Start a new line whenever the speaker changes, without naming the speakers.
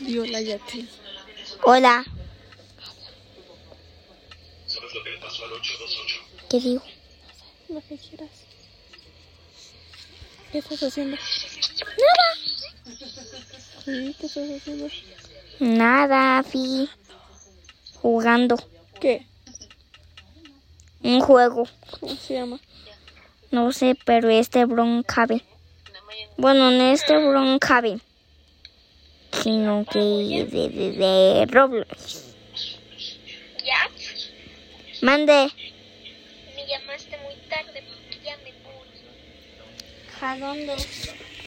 Diola ya te.
Hola,
¿Sabes lo que le pasó al 828?
¿qué digo?
Lo que quieras. ¿Qué estás haciendo? Sí, ¿qué estás haciendo?
Nada, vi jugando
¿Qué?
un juego.
¿Cómo se llama?
No sé, pero este bron cabe. Bueno, no este bron cabe, sino que de, de, de Roblox.
Ya,
Mande,
me llamaste muy tarde porque ya me voy.
¿a dónde?